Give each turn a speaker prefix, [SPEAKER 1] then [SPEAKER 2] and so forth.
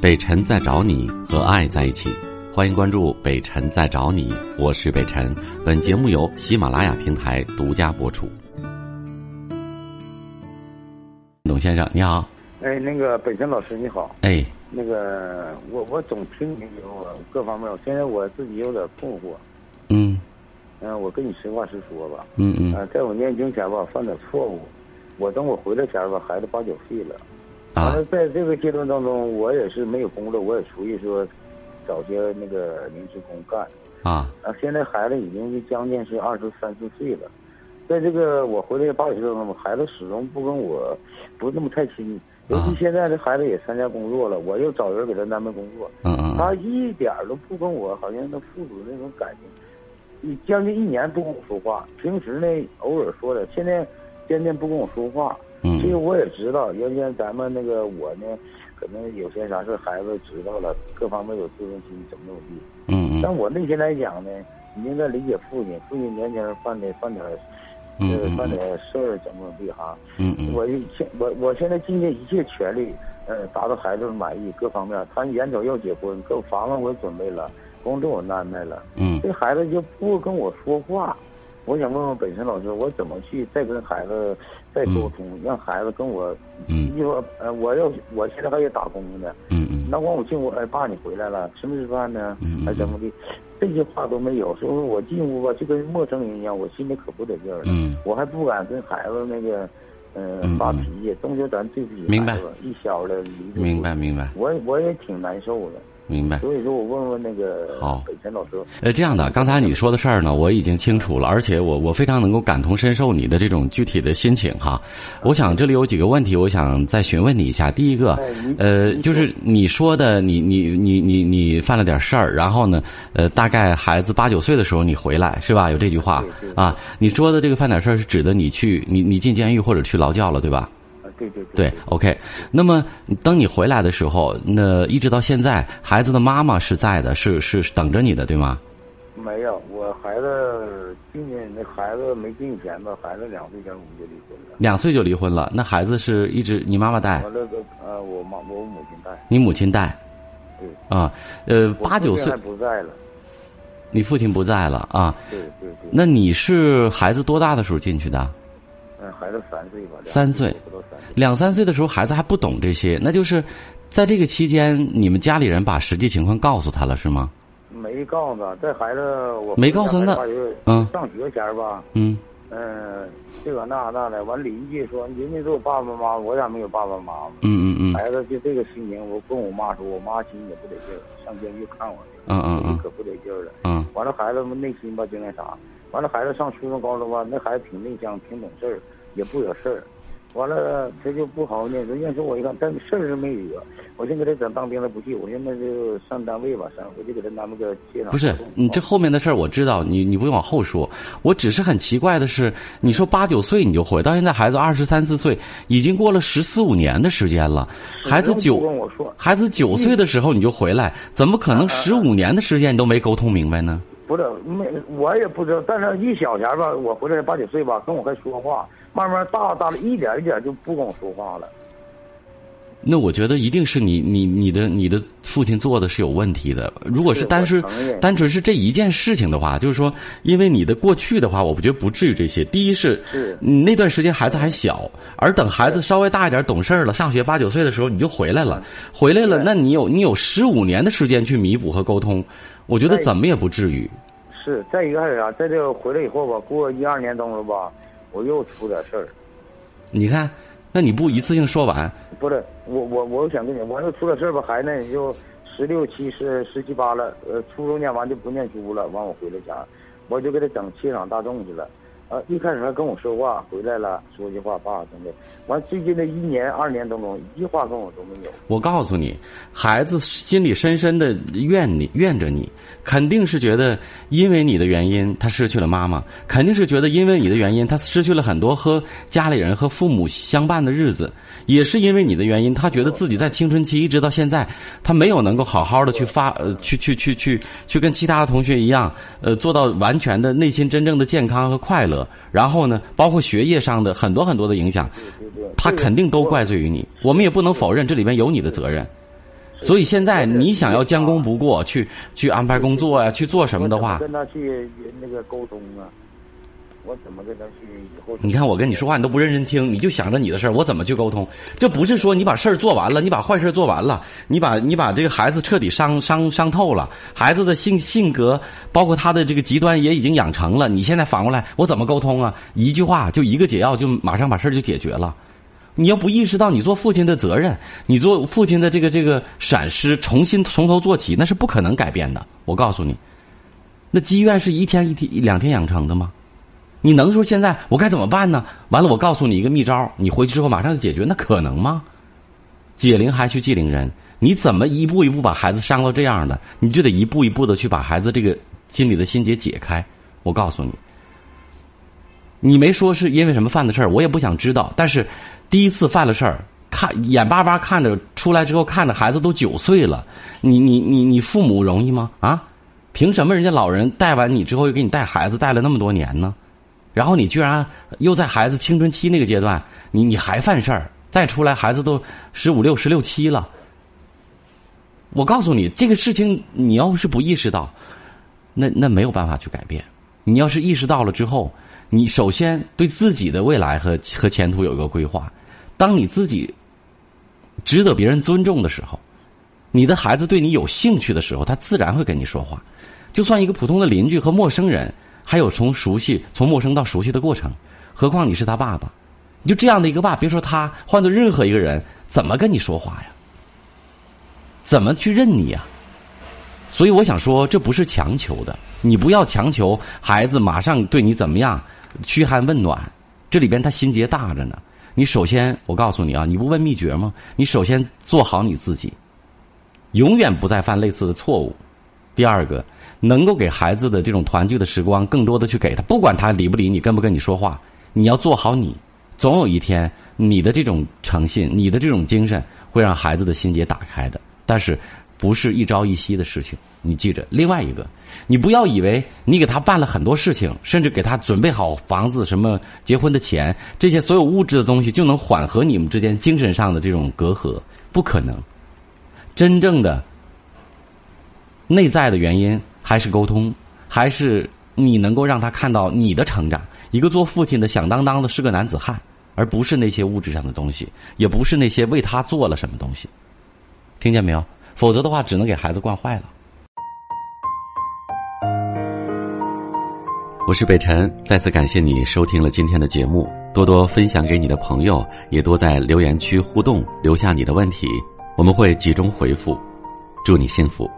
[SPEAKER 1] 北辰在找你和爱在一起，欢迎关注北辰在找你，我是北辰。本节目由喜马拉雅平台独家播出。董先生，你好，
[SPEAKER 2] 哎，那个北辰老师你好，
[SPEAKER 1] 哎，
[SPEAKER 2] 那个我我总听你给我各方面，现在我自己有点困惑。
[SPEAKER 1] 嗯
[SPEAKER 2] 嗯、我跟你实话实说吧，
[SPEAKER 1] 嗯嗯
[SPEAKER 2] 呃，在我年轻前吧犯点错误，我等我回来前吧，孩子八九岁了。完
[SPEAKER 1] 啊
[SPEAKER 2] 了，在这个阶段当中，我也是没有工作，我也出去说找些那个临时工干。
[SPEAKER 1] 啊
[SPEAKER 2] 啊，现在孩子已经将近是二十三四岁了，在这个我回来八九岁了嘛，孩子始终不跟我不那么太亲，尤
[SPEAKER 1] 啊
[SPEAKER 2] 其现在这孩子也参加工作了，我又找人给他安排工作，
[SPEAKER 1] 嗯嗯
[SPEAKER 2] 他
[SPEAKER 1] 嗯
[SPEAKER 2] 一点儿都不跟我好像那父子那种感情，你将近一年不跟我说话，平时呢偶尔说的，现在天天不跟我说话，所以
[SPEAKER 1] 嗯
[SPEAKER 2] 我也知道，原先咱们那个我呢，可能有些啥事儿孩子知道了，各方面有自尊心，怎么怎么地。
[SPEAKER 1] 嗯
[SPEAKER 2] 但我内心来讲呢，你应该理解父亲，父亲年轻人犯的犯点儿，呃，
[SPEAKER 1] 嗯
[SPEAKER 2] 犯
[SPEAKER 1] 嗯
[SPEAKER 2] 点事儿怎么地哈。
[SPEAKER 1] 嗯嗯，
[SPEAKER 2] 我一现我我现在尽尽一切全力，呃，达到孩子的满意各方面。他眼瞅要结婚，各房子我也准备了，工作我安排了，
[SPEAKER 1] 嗯
[SPEAKER 2] 这孩子就不跟我说话。我想问问本身老师，我怎么去再跟孩子再沟通，让孩子跟我，
[SPEAKER 1] 嗯
[SPEAKER 2] 因为我呃，我要我现在还得打工呢，
[SPEAKER 1] 嗯嗯
[SPEAKER 2] 那光我进屋，哎，爸，你回来了，吃没吃饭呢
[SPEAKER 1] 嗯嗯？
[SPEAKER 2] 还怎么的？这些话都没有，所以说我进屋吧，就跟陌生人一样，我心里可不得劲儿了。
[SPEAKER 1] 嗯
[SPEAKER 2] 我还不敢跟孩子那个，呃
[SPEAKER 1] 嗯，
[SPEAKER 2] 发脾气，东西咱对不起
[SPEAKER 1] 明白
[SPEAKER 2] 孩子，一小的离不
[SPEAKER 1] 明。白明白
[SPEAKER 2] 我也我也挺难受的，
[SPEAKER 1] 明白。
[SPEAKER 2] 所以说我问问那个
[SPEAKER 1] 好
[SPEAKER 2] 北辰老师，
[SPEAKER 1] 呃，这样的，刚才你说的事儿呢，我已经清楚了，而且我我非常能够感同身受你的这种具体的心情哈。我想这里有几个问题，我想再询问你一下。第一个
[SPEAKER 2] 哎，你
[SPEAKER 1] 呃，
[SPEAKER 2] 你
[SPEAKER 1] 就是你说的，你你你你你犯了点事儿，然后呢，呃，大概孩子八九岁的时候你回来是吧？有这句话
[SPEAKER 2] 对对
[SPEAKER 1] 啊。你说的这个犯点事儿是指的你去你你进监狱或者去劳教了对吧？
[SPEAKER 2] 啊对对
[SPEAKER 1] 对，OK。那么当你回来的时候，那一直到现在，孩子的妈妈是在的，是是是等着你的对吗？
[SPEAKER 2] 没有，我孩子今年那孩子没进前吧，孩子两岁前我们就离婚了，
[SPEAKER 1] 两岁就离婚了，那孩子是一直你妈妈带，
[SPEAKER 2] 完了都呃我妈我母亲带，
[SPEAKER 1] 你母亲带
[SPEAKER 2] 对。
[SPEAKER 1] 啊？呃，
[SPEAKER 2] 嗯我
[SPEAKER 1] 八九
[SPEAKER 2] 父亲
[SPEAKER 1] 岁
[SPEAKER 2] 还，不在了，
[SPEAKER 1] 你父亲不在了啊？
[SPEAKER 2] 对对对。
[SPEAKER 1] 那你是孩子多大的时候进去的？
[SPEAKER 2] 嗯，孩子三岁吧，两
[SPEAKER 1] 三岁
[SPEAKER 2] 不到三岁。
[SPEAKER 1] 两三岁的时候，孩子还不懂这些，那就是在这个期间，你们家里人把实际情况告诉他了，是吗？
[SPEAKER 2] 没告诉他，这孩子我
[SPEAKER 1] 没告诉他那
[SPEAKER 2] 回家孩子
[SPEAKER 1] 嗯
[SPEAKER 2] 上学前儿吧，
[SPEAKER 1] 嗯
[SPEAKER 2] 嗯，这个那那的，完邻居说邻居都有爸爸妈妈，我咋没有爸爸妈妈？
[SPEAKER 1] 嗯嗯嗯
[SPEAKER 2] 孩子就这个心情，我跟我妈说，我妈心里也不得劲儿，上监狱看我去，
[SPEAKER 1] 嗯嗯嗯
[SPEAKER 2] 可不得劲儿了。
[SPEAKER 1] 嗯
[SPEAKER 2] 完了，孩子们内心吧就那啥，完了孩子上初中高中吧，那孩子挺内向，挺懂事儿，也不惹事儿。完了他就不好好念书，念书我一看，但事儿是没惹。我先给他整当兵的不去，我现在就上单位吧，上我就给他安排个接长。
[SPEAKER 1] 不是你这后面的事儿我知道，你你不用往后说。我只是很奇怪的是，你说八九岁你就回，到现在孩子二十三四岁，已经过了十四五年的时间了，孩子
[SPEAKER 2] 始终
[SPEAKER 1] 九
[SPEAKER 2] 不跟我说，
[SPEAKER 1] 孩子九岁的时候你就回来，怎么
[SPEAKER 2] 啊
[SPEAKER 1] 可能十五年的时间你都没沟通明白呢？
[SPEAKER 2] 不是没，我也不知道。但是一小前吧，我回来八九岁吧，跟我还说话，慢慢大大了，一点一点就不跟我说话了。
[SPEAKER 1] 那我觉得一定是你你你的你的父亲做的是有问题的。如果是
[SPEAKER 2] 是
[SPEAKER 1] 单
[SPEAKER 2] 我
[SPEAKER 1] 是
[SPEAKER 2] 承认
[SPEAKER 1] 单纯是这一件事情的话，就是说，因为你的过去的话，我觉得不至于这些。第一是
[SPEAKER 2] 是
[SPEAKER 1] 你那段时间孩子还小，而等孩子稍微大一点懂事儿了，上学八九岁的时候你就回来了，回来了，
[SPEAKER 2] 对
[SPEAKER 1] 那你有你有十五年的时间去弥补和沟通，我觉得
[SPEAKER 2] 对
[SPEAKER 1] 怎么也不至于。
[SPEAKER 2] 是，再一个还是啥，在这个回来以后吧，过一二年中了吧，我又出点事儿。
[SPEAKER 1] 你看，那你不一次性说完，
[SPEAKER 2] 不是，我我我想跟你，完了出了事儿吧，孩子也就十六七、十十七八了，呃，初中念完就不念书了，完我回了家，我就给他整切场大众去了。呃，一开始还跟我说话，回来了说句话，爸怎么的？完最近这一年、二年当中，一句话跟我都没有。
[SPEAKER 1] 我告诉你，孩子心里深深的怨你，怨着你，肯定是觉得因为你的原因，他失去了妈妈，肯定是觉得因为你的原因，他失去了很多和家里人和父母相伴的日子，也是因为你的原因，他觉得自己在青春期一直到现在，他没有能够好好的去发，呃，去去去去去跟其他的同学一样，呃，做到完全的内心真正的健康和快乐。然后呢，包括学业上的很多很多的影响，
[SPEAKER 2] 对对对，
[SPEAKER 1] 他
[SPEAKER 2] 这个
[SPEAKER 1] 肯定都
[SPEAKER 2] 我
[SPEAKER 1] 怪罪于你。我们也不能否认这里面有你的责任，所以现在
[SPEAKER 2] 是
[SPEAKER 1] 你想要将功补过，去去安排工作呀、去做什么的
[SPEAKER 2] 我
[SPEAKER 1] 话
[SPEAKER 2] 怎，么跟他去那个沟通啊？我怎么跟他去以后？
[SPEAKER 1] 你看我跟你说话，你都不认真听，你就想着你的事儿，我怎么去沟通？这不是说你把事儿做完了，你把坏事儿做完了，你把你把这个孩子彻底伤伤伤透了，孩子的性性格，包括他的这个极端也已经养成了。你现在反过来，我怎么沟通啊？一句话就一个解药，就马上把事儿就解决了。你要不意识到你做父亲的责任，你做父亲的这个这个闪失，重新从头做起，那是不可能改变的。我告诉你，那积怨是一天一天一两天养成的吗？你能说现在我该怎么办呢？完了，我告诉你一个秘招，你回去之后马上就解决，那可能吗？解铃还须系铃人，你怎么一步一步把孩子伤到这样的，你就得一步一步的去把孩子这个心里的心结解开。我告诉你，你没说是因为什么犯的事儿，我也不想知道。但是第一次犯了事儿，看眼巴巴看着出来之后，看着孩子都九岁了，你你你你父母容易吗？啊，凭什么人家老人带完你之后又给你带孩子带了那么多年呢？然后你居然又在孩子青春期那个阶段，你你还犯事儿，再出来孩子都十五六、十六七了。我告诉你，这个事情你要是不意识到，那那没有办法去改变。你要是意识到了之后，你首先对自己的未来和和前途有一个规划。当你自己值得别人尊重的时候，你的孩子对你有兴趣的时候，他自然会跟你说话。就算一个普通的邻居和陌生人，还有从熟悉从陌生到熟悉的过程，何况你是他爸爸？你就这样的一个爸，别说他，换做任何一个人，怎么跟你说话呀？怎么去认你呀？所以我想说，这不是强求的，你不要强求孩子马上对你怎么样，嘘寒问暖，这里边他心结大着呢。你首先，我告诉你啊，你不问秘诀吗？你首先做好你自己，永远不再犯类似的错误。第二个，能够给孩子的这种团聚的时光，更多的去给他，不管他理不理你，跟不跟你说话，你要做好你。总有一天，你的这种诚信，你的这种精神，会让孩子的心结打开的。但是，不是一朝一夕的事情。你记着，另外一个，你不要以为你给他办了很多事情，甚至给他准备好房子、什么结婚的钱，这些所有物质的东西，就能缓和你们之间精神上的这种隔阂，不可能。真正的内在的原因还是沟通，还是你能够让他看到你的成长。一个做父亲的响当当的是个男子汉，而不是那些物质上的东西，也不是那些为他做了什么东西。听见没有？否则的话，只能给孩子惯坏了。我是北辰，再次感谢你收听了今天的节目，多多分享给你的朋友，也多在留言区互动，留下你的问题，我们会集中回复。祝你幸福。